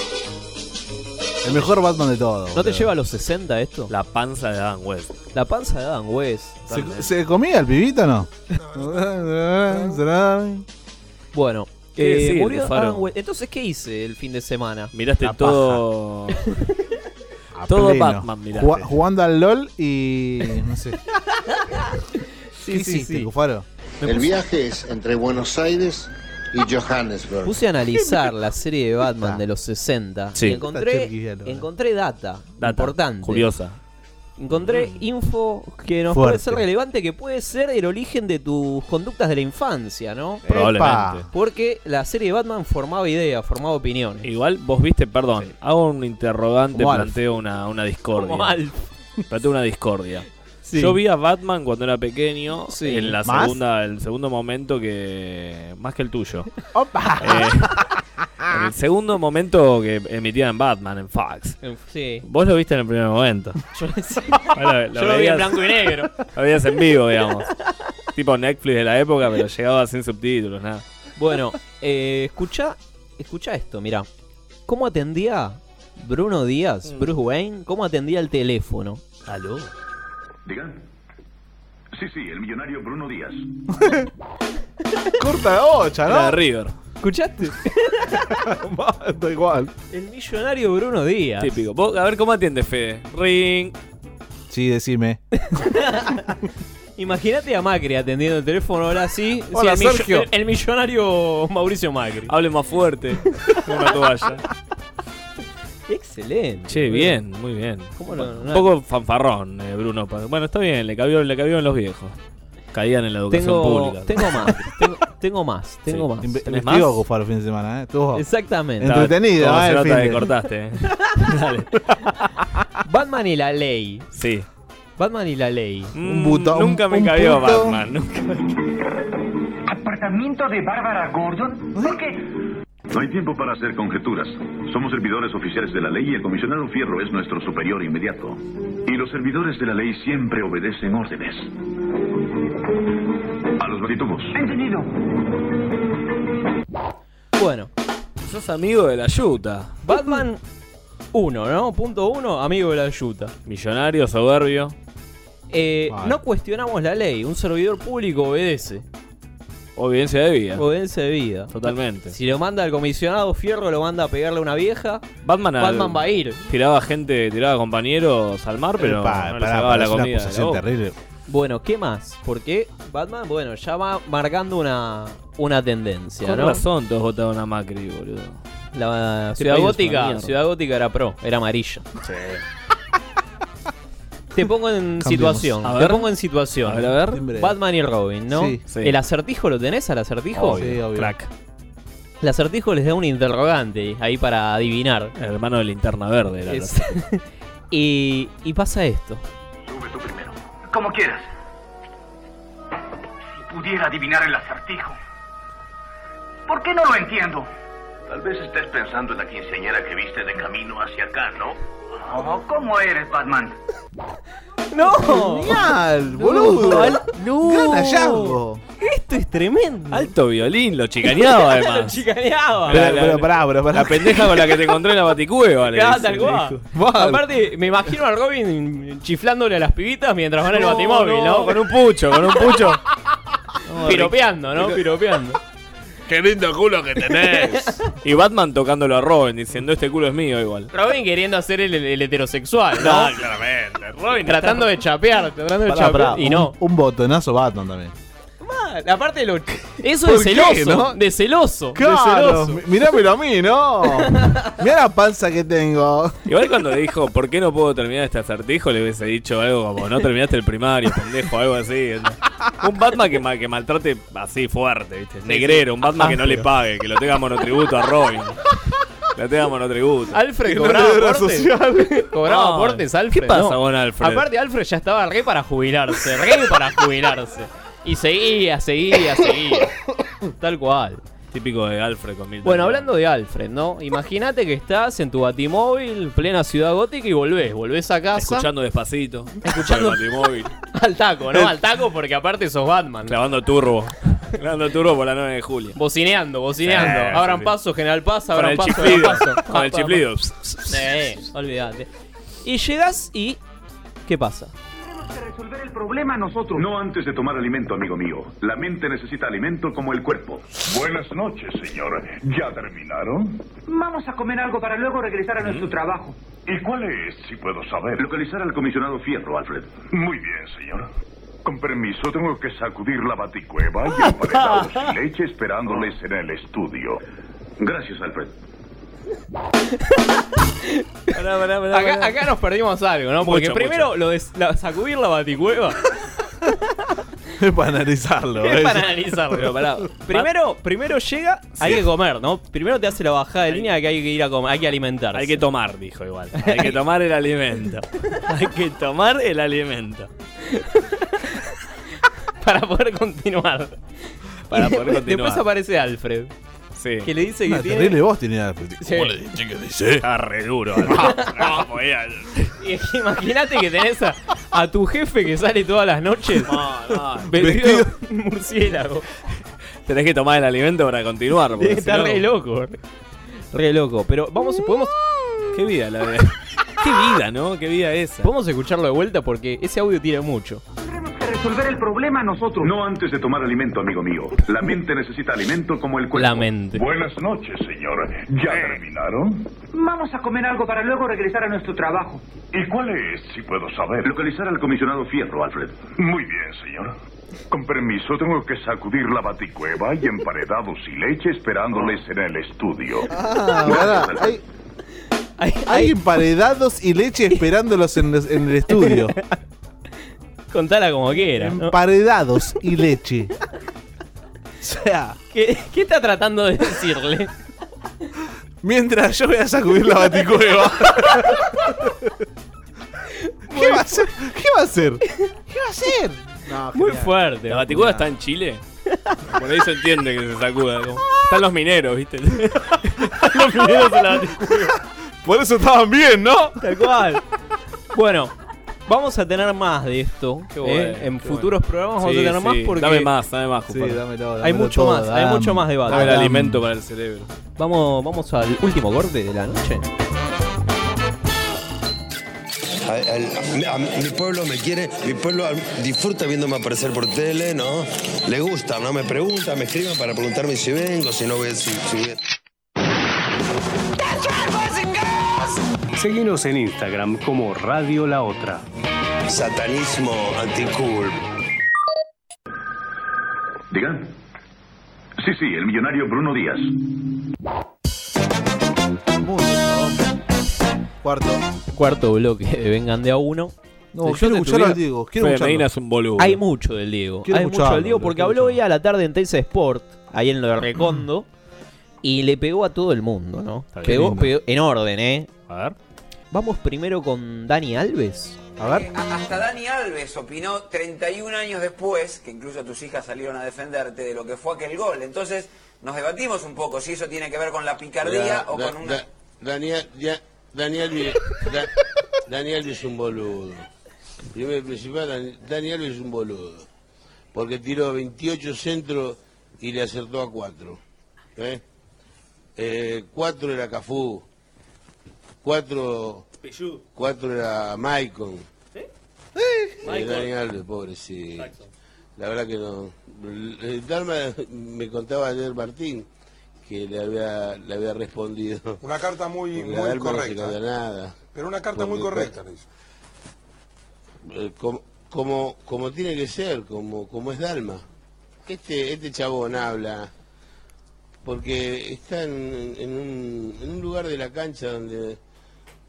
El mejor Batman de todo.
¿No te lleva a los 60 esto?
La panza de Adam West.
La panza de Adam West. Eh,
¿Se, se comía el pibito o no?
Bueno,
¿Qué
eh,
decir,
murió
Alfaro?
Adam West. Entonces, ¿qué hice el fin de semana?
Miraste todo. todo
Pleno.
Batman, miraste.
Juga- jugando al LOL y. No sé. ¿Qué hiciste, Cufaro?
El viaje es entre Buenos Aires y Johannesburg.
Puse a analizar la serie de Batman de los 60
Sí.
y encontré, encontré data, importante.
Curiosa.
Encontré info que nos
Fuerte.
puede ser relevante, que puede ser el origen de tus conductas de la infancia, ¿no?
Probablemente. Epa.
Porque la serie de Batman formaba ideas, formaba opiniones.
Igual vos viste, perdón, hago un interrogante,
Como Alf.
planteo una, una discordia.
Como Alf.
Planteo una discordia.
Sí.
Yo vi a Batman cuando era pequeño,
Sí.
en la
¿Más?
segunda, el segundo momento que. más que el tuyo. Eh, en el segundo momento que emitía en Batman, en Fox.
En- sí.
Vos lo viste en el primer momento.
Yo,
Ahora,
Yo lo vi en blanco y negro.
Lo veías en vivo, digamos. tipo Netflix de la época, pero llegaba sin subtítulos, nada.
Bueno, eh, escucha, escucha esto, mirá. ¿Cómo atendía Bruno Díaz,
Mm.
Bruce Wayne? ¿Cómo atendía el teléfono? ¿Aló?
Diga. Sí, sí, el millonario Bruno Díaz.
Corta de bocha, ¿no?
Era de River.
¿Escuchaste?
Está igual.
El millonario Bruno Díaz.
Típico. Vos, a ver cómo atiende Fede. Ring.
Sí, decime.
Imagínate a Macri atendiendo el teléfono ahora sí. sí,
Hola,
el millo-
Sergio.
El, el millonario Mauricio Macri.
Hable más fuerte. Una toalla.
Excelente.
Che, bien, muy bien.
¿Cómo no?
Un poco fanfarrón, eh, Bruno. Pa- Bueno, está bien, le cabió, le cabió en los viejos. Caían en la educación
Tengo,
pública.
tengo más, tengo, tengo más, tengo más.
Inve-
¿Tenés
investigó
más?
Cufaro el fin de semana, ¿eh? Estuvo
Exactamente.
Entretenido,
Como
¿eh?
se
el
nota
fin
que
de-
cortaste. eh. Dale.
Batman y la ley.
Sí.
Batman y la ley.
Un buto- nunca me un cabió punto. Batman,
¿Apartamento de Bárbara Gordon? ¿Por qué?
No hay tiempo para hacer conjeturas. Somos servidores oficiales de la ley y el comisionado Fierro es nuestro superior inmediato. Y los servidores de la ley siempre obedecen órdenes. A los batitubos.
Entendido.
Bueno.
Sos amigo de la yuta.
Batman 1, ¿no? Punto 1, amigo de la yuta.
Millonario, soberbio.
Eh,
Vale.
No cuestionamos la ley. Un servidor público obedece.
Obediencia de vida.
Obediencia de vida.
Totalmente.
Si lo manda al comisionado Fierro, lo manda a pegarle a una vieja.
Batman, al-
Batman va a ir.
Tiraba gente, tiraba compañeros al mar, pero
Epa,
no le
Eh, pará,
sacaba
pará,
la
es una
comida. de la
acusación
boca.
terrible.
Bueno, ¿qué más? Porque Batman, bueno, ya va marcando una, una tendencia,
Con
¿no?
razón todos votaron a Macri, boludo.
La
Este
Ciudad
país es una
Gótica,
mierda.
Ciudad Gótica era pro, era amarilla. Te pongo en
Cambiemos.
situación.
A
Te
ver.
pongo en situación.
A ver, a ver.
Batman y Robin, ¿no?
Sí. Sí.
¿El acertijo lo tenés al acertijo?
Obvio. Sí, obvio. Crack.
El acertijo les da un interrogante ahí para adivinar.
El hermano de linterna verde era el
Es- y, y pasa esto.
Como quieras. Si pudiera adivinar el acertijo. ¿Por qué no lo entiendo?
Tal vez estés pensando en la quinceañera que viste de camino hacia acá, ¿no?
Oh, ¿Cómo eres, Batman?
¡No!
¡Genial,
No,
boludo!
al- ¡No!
¡Gran hallazgo!
Esto es tremendo.
Alto violín, lo chicaneaba además.
Lo chicaneaba.
Pero- pero pará, Ah, pero pará.
La pendeja con la que te encontré en la baticueva, le
Claro,
dice.
Ah, tal cual. Aparte, me imagino a Robin chiflándole a las pibitas mientras van en el
No,
batimóvil, ¿no?
no, Con un pucho, con un pucho.
Piropeando, ¿no? Piropeando.
Qué lindo culo que tenés. Y Batman tocándolo a Robin, diciendo este culo es mío igual.
Robin queriendo hacer el, el heterosexual, ¿no?
No, Ah, claramente. Robin
tratando de chapear, tratando de
Pará,
chapear.
pará,
y
un-
no.
Un botonazo Batman también.
Ah,
Mal, Aparte, lo, eso
¿Por
es
qué,
celoso.
no?
De celoso.
Claro,
De
mi-
celoso.
mirámelo a mí, ¿no? Mirá la panza que tengo.
Igual cuando dijo, ¿por qué no puedo terminar este acertijo? Le hubiese dicho algo como, no terminaste el primario, pendejo, algo así. Un Batman que, ma- que maltrate así fuerte, ¿viste? Negrero, un Batman que no le pague, que lo tenga monotributo a Robin. Lo tenga monotributo.
Alfred
Que no
cobraba
le dé obra
aportes.
social.
Cobraba
Ah,
aportes,
¿qué
Alfred.
pasa
no.
con Alfred?
Aparte, Alfred ya estaba re para jubilarse. Re para jubilarse. Y seguía, seguía, seguía. Tal cual.
Típico de Alfred con mil
Bueno, hablando de Alfred, ¿no? Imagínate que estás en tu batimóvil, plena ciudad gótica, y volvés, volvés a casa.
Escuchando despacito.
Escuchando-
Por el batimóvil.
al taco, ¿no? Al taco porque aparte sos Batman.
Clavando turbo. Clavando turbo por la 9 de julio.
Bocineando, bocineando.
Sí, sí,
abran
sí.
paso, general paz,
Con
abran
el
paso,
chiflido.
abran paso.
Con el
Pa, pa,
chiflido.
pa. Sí, olvídate. Y llegás y. ¿Qué pasa?
Resolver el problema nosotros.
No antes de tomar alimento, amigo mío. La mente necesita alimento como el cuerpo. Buenas noches, señor. ¿Ya terminaron?
Vamos a comer algo para luego regresar a nuestro trabajo.
¿Mm? ¿Y cuál es, si puedo saber? Localizar al comisionado Fierro, Alfred. Muy bien, señor. Con permiso, tengo que sacudir la baticueva
Ah,
y emparedados sin leche esperándoles en el estudio. Gracias, Alfred.
acá, acá nos perdimos algo, ¿no? Porque
Mucho,
primero lo de la- sacudir la baticueva
Es para analizarlo.
es para
¿eh?
analizarlo. pero pará. Primero, primero llega, hay que comer, ¿no? Primero te hace la bajada de línea que hay que ir a comer, hay que alimentarse. Hay que
tomar, dijo igual. Hay que tomar el alimento. Hay que tomar el alimento.
para poder continuar.
Para poder
Después-
continuar.
Después aparece Alfred.
Sí.
Que le dice que
Una
tiene.
terrible voz tiene Alfred.
Sí.
¿Cómo le dije que dice?
Ah, re duro.
eh. Y Imagínate que tenés a, a tu jefe que sale todas las noches. Vestido de murciélago.
Tenés que tomar el alimento para continuar. porque
Está
si no-
re loco. eh. Re loco. Pero vamos, podemos.
Qué vida la de. Qué vida, ¿no? Qué vida esa.
Podemos escucharlo de vuelta porque ese audio tiene mucho.
Resolver el problema nosotros. No antes de tomar alimento, amigo mío. La mente necesita alimento como el cuerpo. Eh.
La mente.
Buenas noches, señor. ¿Ya terminaron?
Vamos a comer algo para luego regresar a nuestro trabajo.
¿Y cuál es, si puedo saber? Localizar al comisionado Fierro, Alfred. Muy bien, señor. Con permiso, tengo que sacudir la baticueva y emparedados y leche esperándoles en el estudio.
Ah, pará, hay, hay emparedados y leche esperándolos en, los- en el estudio.
Contala como quieras. ¿no?
Emparedados y leche. O sea,
¿Qué, qué está tratando de decirle?
mientras yo voy a sacudir la baticueva. ¿Qué va a hacer? ¿Qué va a hacer? ¿Qué va a hacer?
Muy fuerte.
¿La baticuda está en Chile? Por ahí se entiende que se sacuda. como- Están los mineros, ¿viste? los mineros en la baticuda.
Por eso estaban bien, ¿no?
Tal cual. Bueno, vamos a tener más de esto.
Qué bueno,
¿eh? En
qué
fucuros
bueno.
programas vamos
Sí,
a tener más
sí.
porque.
Dame más, dame más,
Sí,
compadre.
dámelo,
Hay
dámelo
mucho
todo,
más, hay
dam-
mucho más debate.
Dame el
Dam-
alimento para el cerebro.
Vamos, vamos al último corte de la noche.
A- al- a- a- mi pueblo me quiere, mi pueblo al- disfruta viéndome aparecer por tele, ¿no? Le gusta, ¿no? Me pregunta, me escriben para preguntarme si vengo, si no voy, si, si voy.
Seguinos en Instagram como Radio La Otra.
Satanismo anticool.
Diga. Sí, sí, el millonario Bruno Díaz.
Cuarto.
Cuarto bloque de Vengan de a uno.
No, quiero escucharlo al Diego, quiero Fede escucharlo. Medina es
un boludo.
Hay mucho del Diego.
Quiero
hay mucho
escucharlo,
del Diego
lo
porque
quiero
habló hoy a la tarde en Telsa Sport, ahí en lo de Recondo, y le pegó a todo el mundo, ¿no?
bien.
Pegó,
Lindo.
pegó- en orden, ¿eh?
A ver.
Vamos primero con Dani Alves.
A
Eh, a- Hasta Dani Alves opinó 31 años después, que incluso tus hijas salieron a defenderte de lo que fue aquel gol. Entonces nos debatimos un poco si eso tiene que ver con la picardía o
Da-
con una...
da- Daniel, ya- Daniel, Vi- Da- Daniel es un boludo. Primero y principal, Dan- Daniel es un boludo. Porque tiró 28 centros y le acertó a 4. ¿eh? Eh, 4 era Cafú. 4 cuatro era Maicon. Eh,
Maicon.
Daniel Alves, pobrecito. La verdad que no. Eh, Dalma me contaba ayer Martín que le había, le había respondido.
Una carta muy,
Porque
muy
Dalma no se
correcta.
cambia nada.
Pero una carta muy
Porque,
correcta le hizo.
eh, como, como, como tiene que ser, como, como es Dalma. Este, este chabón habla porque está en, en un, en un lugar de la cancha donde,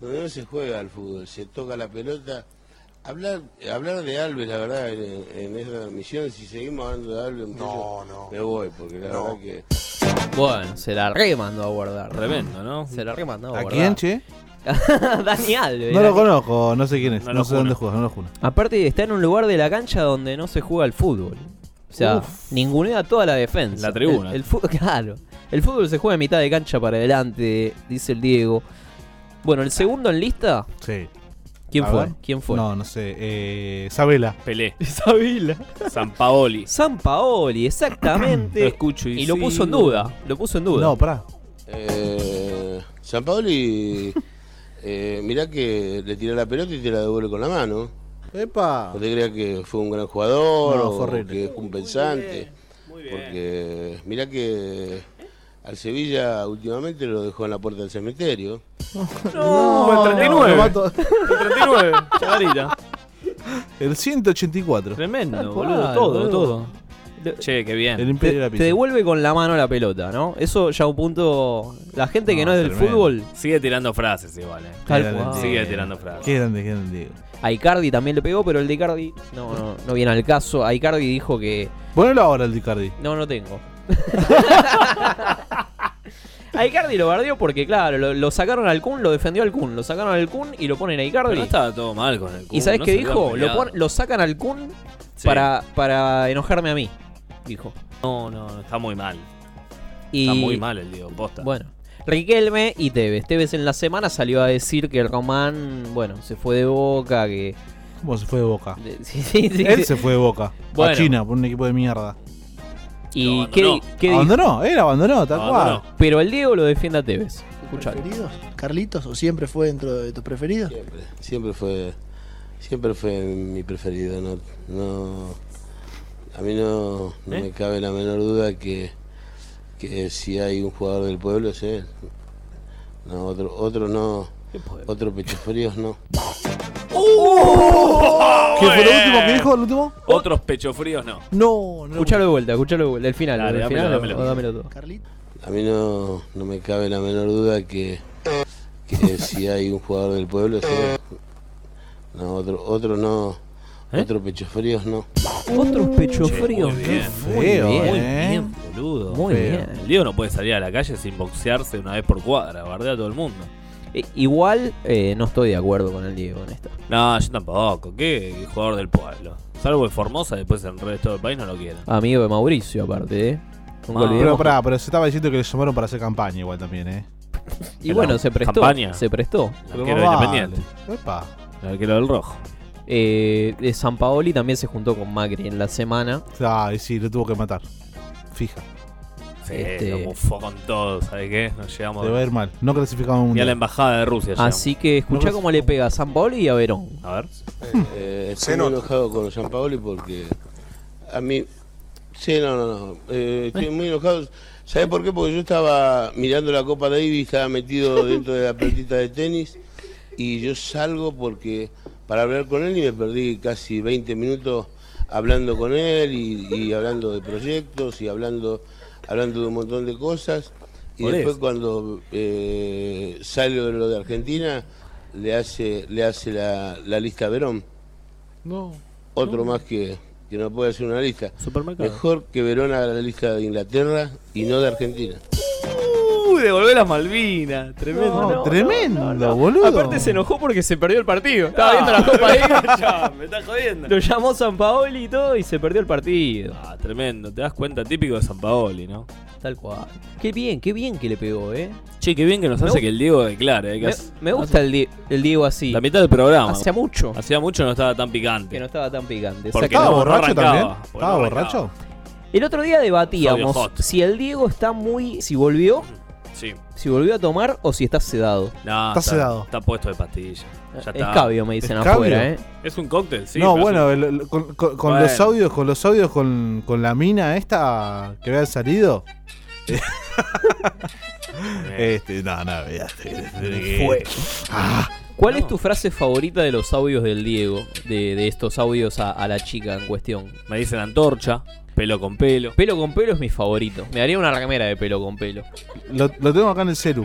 donde no se juega al fútbol, se toca la pelota. Hablar, hablar de Alves, la verdad, en, en esa misión, si seguimos hablando de Alves, muchachos, me voy, porque la verdad que...
Bueno, se la remandó a guardar.
Tremendo, ¿no?
Se la remandó a
¿A quién,
guardar.
che?
Dani Alves.
No lo conozco, no sé quién es.
No
No,
lo
sé dónde
juro.
juega, no lo juro.
Aparte está en un lugar de la cancha donde no se juega al fútbol. O sea, ningunea toda la defensa.
La tribuna.
El, el fútbol, claro. El fútbol se juega en mitad de cancha para adelante, dice el Diego. Bueno, el segundo en lista.
Sí.
¿Quién
A
fue?
ver.
¿Quién fue?
No, no sé. Eh, Sabela.
Pelé.
Isabela.
San Paoli.
San Paoli, exactamente.
Lo escucho y
y lo
sí.
puso en duda. Lo puso en duda.
No, pará.
Eh, San Paoli, eh, mirá que le tira la pelota y te la devuelve con la mano.
¡Epa!
No te creas que fue un gran jugador
No,
o
fue horrible.
que es compensante. Porque mirá que al Sevilla últimamente lo dejó en la puerta del cementerio.
No,
el 39.
no, lo mato.
El 39. Chavarita.
El 184.
Tremendo,
Tal
boludo.
Ah, cual,
Todo,
boludo.
todo. Che, qué bien.
Te, te devuelve con la mano la pelota, ¿no? Eso ya un punto. La gente que no es del fútbol.
Sigue tirando frases igual, eh.
Tal
Sigue
cual.
Sigue tirando frases.
Qué grande, qué grande.
A Icardi también le pegó, pero el de Icardi no, no, no viene al caso. A Icardi dijo que.
Ponelo ahora el de Icardi.
No, no tengo. a Icardi lo bardeó porque, claro, lo, lo sacaron al Kun, lo defendió al Kun, lo sacaron al Kun y lo ponen a Icardi.
Pero no estaba todo mal con el Kun,
¿Y sabes
no
qué
se
dijo?
habían
Lo,
peleado.
pon- lo sacan al Kun
Sí.
para, para enojarme a mí, dijo.
No, no, no, está muy mal.
Y-
Está muy mal el Diego, posta.
Bueno, Riquelme y Tevez. Tevez en la semana salió a decir que Román, bueno, se fue de boca, que.
¿Cómo se fue de boca?
Sí, sí, sí.
Él se fue de boca.
Bueno.
A China, por un equipo de mierda.
¿Y qué, di- qué dijo?
abandonó, él abandonó, tal cual.
Pero el Diego lo defiende a Tevez. Escuchá.
¿Preferidos? ¿Carlitos? ¿O siempre fue dentro de tus preferidos?
Siempre fue, siempre fue mi preferido. No, no- a mí no, no
¿Eh?
me cabe la menor duda que, que si hay un jugador del pueblo es él. No, otro, otro no, otro pecho fríos no.
Uh.
¿Qué fue
Eh.
lo último que dijo? ¿Lo último?
Otros pechofríos no.
No, no.
Escuchalo de vuelta, escuchalo de vuelta. El final,
Dale,
el
dámelo,
final,
dámelo.
o dámelo todo.
A mí no, no me cabe la menor duda que, que si hay un jugador del pueblo es él. No, otro, otro no,
¿Eh?
otro pecho fríos no.
Otros pechos fríos.
Muy
¿no?
bien,
Muy bien.
eh.
muy bien, boludo.
eh. Muy
Feo.
bien.
El Diego no puede salir a la calle sin boxearse una vez por cuadra, bardea a todo el mundo.
Eh, Igual eh, no estoy de acuerdo con el Diego en esto.
No, yo tampoco. ¿Qué jugador del pueblo? Salvo de Formosa, después en el resto del país no lo quieren.
Amigo de Mauricio, aparte, ¿eh?
Ah,
Nunca olvidemos
pero
que-
pará, pero se estaba diciendo que le llamaron para hacer campaña igual también, eh.
Y bueno, se prestó.
Campaña.
Se prestó.
Pero Arquero más vale. Independiente. Epa.
El arquero del rojo.
Eh, de San Paoli también se juntó con Macri en la semana.
Ah, y sí, lo tuvo que matar. Fija.
Sí,
Este-
lo bufó con todo, ¿sabes qué? Nos llevamos.
Le va a ir mal. No clasificamos un
Y a la embajada de Rusia.
Así que escuchá cómo le pega a San Paoli y a Verón.
A ver.
Eh, estoy muy enojado con San Paoli porque a mí. Sí, no, no, no. Eh, estoy muy enojado. ¿Sabes por qué? Porque yo estaba mirando la Copa Davis, estaba metido dentro de la pelotita de tenis y yo salgo porque para hablar con él y me perdí casi 20 minutos hablando con él y, y hablando de proyectos y hablando, hablando de un montón de cosas. Y
Por
después
eso.
cuando eh, salgo de lo de Argentina, le hace, le hace la, la lista a Verón.
No.
Otro más que, que no puede hacer una lista.
Supermercado.
Mejor que Verón haga la lista de Inglaterra y no de Argentina.
Uy, devolver las Malvinas. Tremendo.
tremendo, boludo.
Aparte se enojó porque se perdió el partido. Estaba viendo la Copa ahí.
me estás jodiendo.
Lo llamó San Paoli y todo y se perdió el partido.
Ah, tremendo. Te das cuenta, típico de San Paoli, ¿no?
Tal cual. Qué bien, qué bien que le pegó, eh.
Che, qué bien que nos
Me
hace
gu-
que el Diego declare. eh, que
Me,
hace-
me gusta el, Di- el Diego así.
La mitad del programa.
Hacía mucho.
Hacía mucho no estaba tan picante.
Que no estaba tan picante.
Porque
¿Estaba
no, no
borracho
arrancaba,
también?
porque
¿Estaba
no arrancaba.
borracho?
El otro día debatíamos
Fabio Hot.
si el Diego está muy. si volvió.
Sí.
Si volvió a tomar o si está sedado.
No,
Está sedado.
Ah, Está puesto de pastilla. Ya está.
Escabio, me dicen
Escabio.
afuera, eh.
Es un cóctel, sí.
no,
pero
bueno,
es
el- el- con, con- con
Bueno.
los audios, con los audios, con, con la mina esta que había salido. este, no, no, ya,
este,
Fue. ¿Cuál es tu frase favorita de los audios del Diego? De, de estos audios a, a la chica en cuestión.
Me dicen antorcha, pelo con pelo.
Pelo con pelo es mi favorito. Me daría una remera de pelo con pelo.
Lo, lo tengo acá en el celu.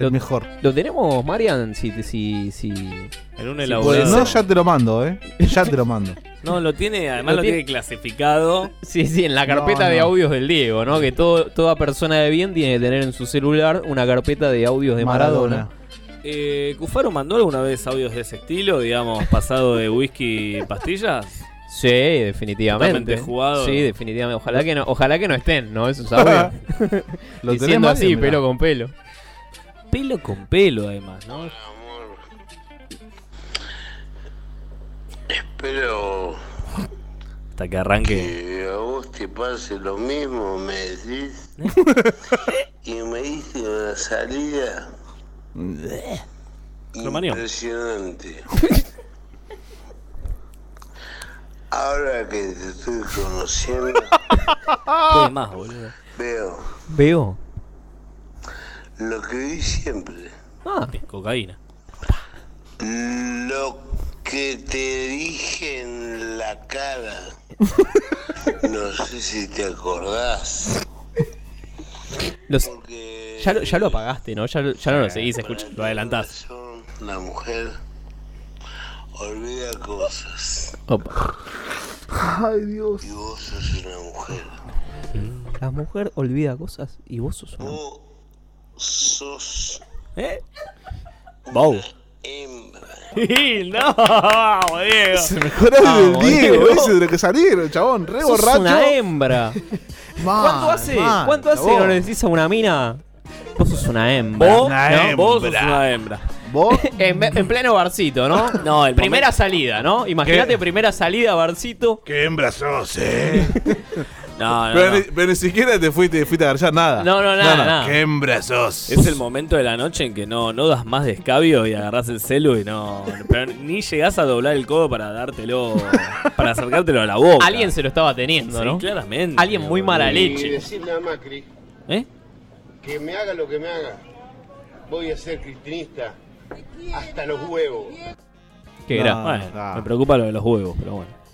El mejor.
¿Lo tenemos, Marian? Si. si, si en
un
Pues no, ya te lo mando, eh. Ya te lo mando.
No, lo tiene, además
Lo
lo,
tiene-
tiene... clasificado.
Sí, sí, en la carpeta
No,
de
no.
audios del Diego, ¿no? Que todo, toda persona de bien tiene que tener en su celular una carpeta de audios de Maradona.
Eh, ¿Cufaro mandó alguna vez audios de ese estilo, digamos, pasado de whisky y pastillas?
Sí, definitivamente.
Totalmente jugado.
Sí, definitivamente. Ojalá que no, ojalá que no estén, ¿no? Esos audios.
Lo tenés,
Diciendo así,
Marian, mirá.
pelo con pelo.
Pelo con pelo, además, ¿no?
Espero
Hasta que arranque.
que a vos te pase lo mismo, me decís. y me diste una salida impresionante. Ahora que te estoy conociendo,
Puede más, boludo.
veo
Veo.
lo que vi siempre.
Ah.
Cocaína.
Lo que te dije en la cara. No sé si te acordás.
Los- ya, lo, ya lo apagaste, ¿no? Ya, lo- ya no lo seguís escuchando.
Lo adelantás.
La mujer olvida cosas.
Opa.
Ay, Dios. Y vos sos una mujer.
La mujer olvida cosas y vos sos una...
Sos
¿Eh? Wow.
no, vamos, Diego.
Se mejoró el
Vamos,
Diego,
Diego.
ese de lo que salieron, chabón, re
Sos
borracho.
una hembra. ¿Cuánto hace?
mal,
¿Cuánto hace
vos.
que no le decís a una mina? Vos sos una hembra.
Vos,
¿no?
eh,
¿no? vos sos una hembra.
¿Vos?
en, en pleno barcito, ¿no? No, el primera salida, ¿no? Imagínate primera salida barcito.
Qué hembra sos, eh.
No, no,
pero,
no.
Ni, pero ni siquiera te fuiste, fuiste a agarrar nada.
No, no, nada, nada.
Qué hembra sos.
Es el momento de la noche en que no, no das más de escabio y agarrás el celu y no. Pero ni llegás a doblar el codo para dártelo. para acercártelo a la boca.
Alguien se lo estaba teniendo,
Sí,
¿no?
claramente.
Alguien muy mala
Y
leche.
decirle a Macri
¿Eh?
que me haga lo que me haga. Voy a ser cristinista hasta los huevos.
Qué
No,
Ah,
gra- Bueno,
no.
me preocupa lo de los huevos, pero bueno.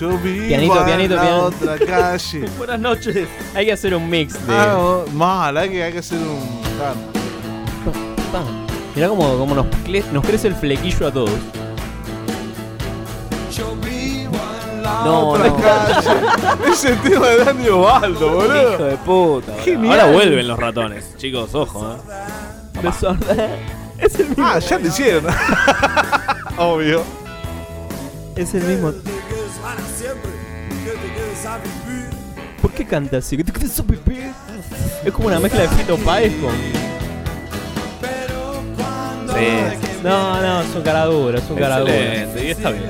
Yo vivo
Pianito,
en
pianito,
la
pianito.
otra calle.
Buenas noches. Hay que hacer un mix de.
Ah, vos- mal, hay que, hay que hacer un.
Mirá cómo, cómo nos, cle- nos crece el flequillo a todos.
no, no. Ah, Ese tema de Dani Osvaldo, boludo.
Hijo de puta. boludo.
Genial.
Ahora vuelven los ratones, chicos, ojo, eh.
Ah, ya lo hicieron. Obvio.
Es el mismo. ¿Por qué canta así? Es como una mezcla de Fito Páez con.
Sí.
No, no, es un cara duro, es un cara duro.
Excelente, y está bien.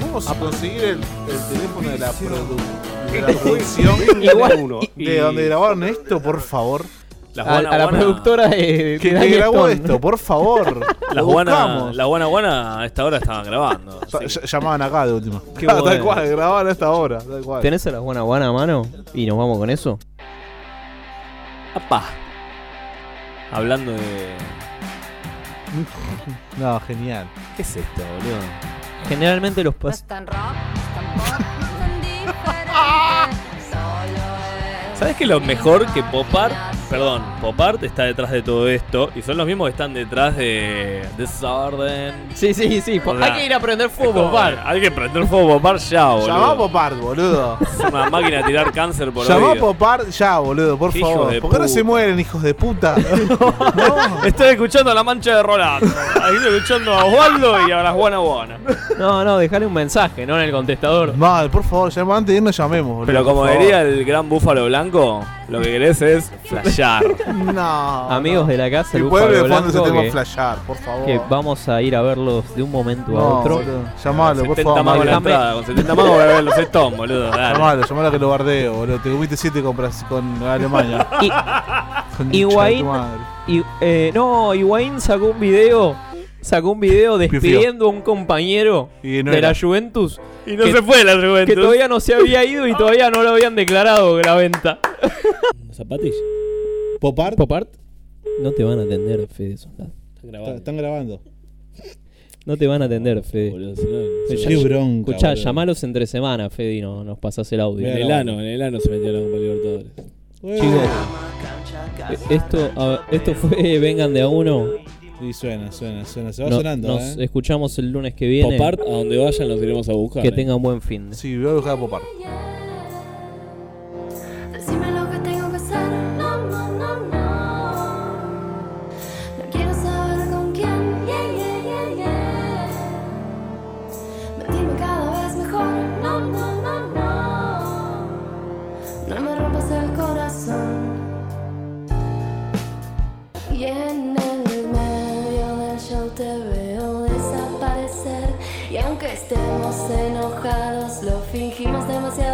Vamos a conseguir el, el teléfono de la, produ- de la producción
Igual, y-
de donde grabaron esto, por favor.
Las Guana Guana-
de.
que
de
te
Daniel
grabó
Stone.
esto, por favor.
Las
Lo
Guana,
buscamos.
la Guana Guana a esta hora estaban grabando.
Ta- ll- Llamaban acá de última.
Qué
tal
bueno.
cual, grababan a esta hora. Tal cual.
¿Tenés a la buena buena a mano? Y nos vamos con eso.
Apá. Hablando de.
No, genial.
¿Qué es esto, boludo?
Generalmente los pas.
Tan rock, tan pop, tan diferente. Solo es.
¿Sabes que lo mejor que Popart, perdón, Popart está detrás de todo esto y son los mismos que están detrás de Desorden?
Sí, sí, sí. po-
O sea,
hay que ir a aprender fuego,
Como,
Popar.
Hay que prender fuego Popar ya, boludo.
Llamá a Popar, boludo.
Es una máquina de tirar cáncer por
Llamá a
odio.
Popar ya, boludo, por
Qué hijo
favor.
de
Porque ahora
puta.
se mueren, hijos de puta.
Estoy escuchando a la mancha de Rolando. Ahí estoy escuchando a Osvaldo y a las Guana Guana.
No, no, dejale un mensaje, no en el contestador.
Mal, por favor, llama antes de irnos llamemos, boludo.
Pero como
por favor.
diría el gran búfalo blanco, lo que querés es flashear.
No.
Amigos de la casa,
Si
el
puede,
Búfalo
de fondo ese
Blanco,
tema
que,
flashear, por favor.
que vamos a ir a verlos de un momento a
No,
otro.
boludo. Llamalo, por
70
favor.
más con la
Mario.
entrada, con 70 más voy a ver los Stones, boludo. dale.
Llamalo, llamalo que lo bardeo, boludo. Te comiste 7 compras con Alemania.
Y,
Concha de
Higuaín,
tu madre.
y, eh, no, Higuaín sacó un video, sacó un video
Pifió.
despidiendo a un compañero
Y no
de
era.
la Juventus
Y no
que-
se fue la Juventus.
que todavía no se había ido y todavía no lo habían declarado la venta.
¿Zapatilla?
¿Popart?
Popart, no te van a atender, Fede Soldado.
Están
Está-
grabando.
Están grabando.
No te van a atender, Fede.
Qué
Ya-
bronca,
Escuchá,
boludo.
llamalos entre semana, Fede, y no- nos pasás el audio.
En el ano, en el ano se metió la Copa Libertadores.
Chicos, eh, esto, a- esto fue Vengan de a uno.
Y suena, suena, suena. Se ¿eh?
No- nos escuchamos el lunes que viene.
Popart, a donde vayan los iremos a buscar.
que
eh.
tengan buen fin.
Sí, voy a buscar a Popar.
Decime lo que tengo que hacer. No, no, no, no. No quiero saber con quién. Yeah, yeah, yeah, yeah. Vestirme cada vez mejor. No, no, no, no. No me rompas el corazón. Y en el medio del show te veo desaparecer. Y aunque estemos enojados, lo fingimos demasiado. Mm,